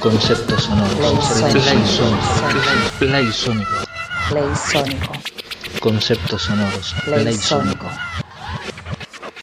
Concepto sonoro. Concepto sonoro. Play sónico. Play Sónico. Concepto sonoro. Play Sónico.